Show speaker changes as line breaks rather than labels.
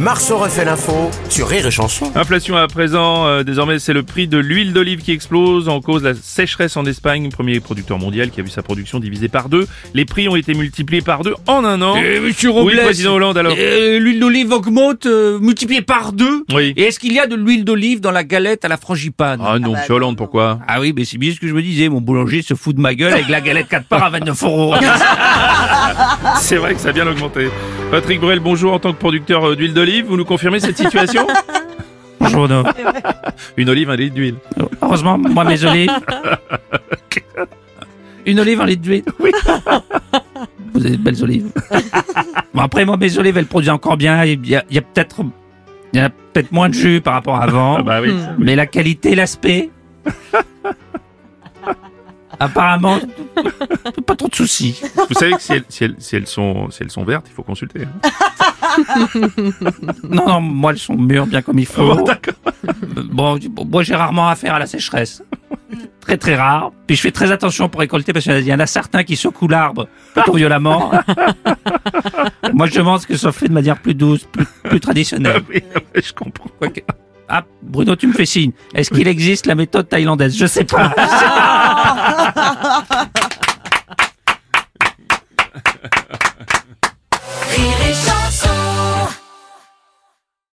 Marceau refait l'info sur Rire et Chanson.
Inflation à présent, euh, désormais c'est le prix de l'huile d'olive qui explose en cause de la sécheresse en Espagne, premier producteur mondial qui a vu sa production divisée par deux. Les prix ont été multipliés par deux en un an.
Euh, monsieur
Hein Oui,
Robles,
président Hollande, alors.
euh, l'huile d'olive augmente, euh, multipliée par deux.
Oui.
Et est-ce qu'il y a de l'huile d'olive dans la galette à la frangipane
Ah non, monsieur Hollande, pourquoi
Ah oui, mais c'est bien ce que je me disais. Mon boulanger se fout de ma gueule avec la galette 4 parts à 29 euros.
C'est vrai que ça a bien augmenté. Patrick Bruel, bonjour en tant que producteur euh, d'huile d'olive, vous nous confirmez cette situation
Bonjour Bruno.
Une olive, un litre d'huile.
Heureusement, moi mes olives. Une olive, un litre d'huile. Oui. Vous avez de belles olives. Bon après moi mes olives, elles produisent encore bien. Il y a, il y a peut-être, il y en a peut-être moins de jus par rapport à avant.
Ah bah oui.
Mais la qualité, l'aspect. Apparemment, pas trop de soucis.
Vous savez que si elles, si elles- si elles sont, si elles sont vertes, il faut consulter. hein.
Non, non, moi elles sont mûres bien comme il faut.
Bon, d'accord.
Bon, bon, moi j'ai rarement affaire à la sécheresse. Très très rare. Puis je fais très attention pour récolter parce qu'il y en a certains qui secouent l'arbre plutôt violemment. moi je demande ce que ça fait de manière plus douce, plus, plus traditionnelle.
Oui, je comprends.
Quoique- Ah, Bruno, tu me fais signe. Est-ce qu'il existe la méthode thaïlandaise Je sais pas.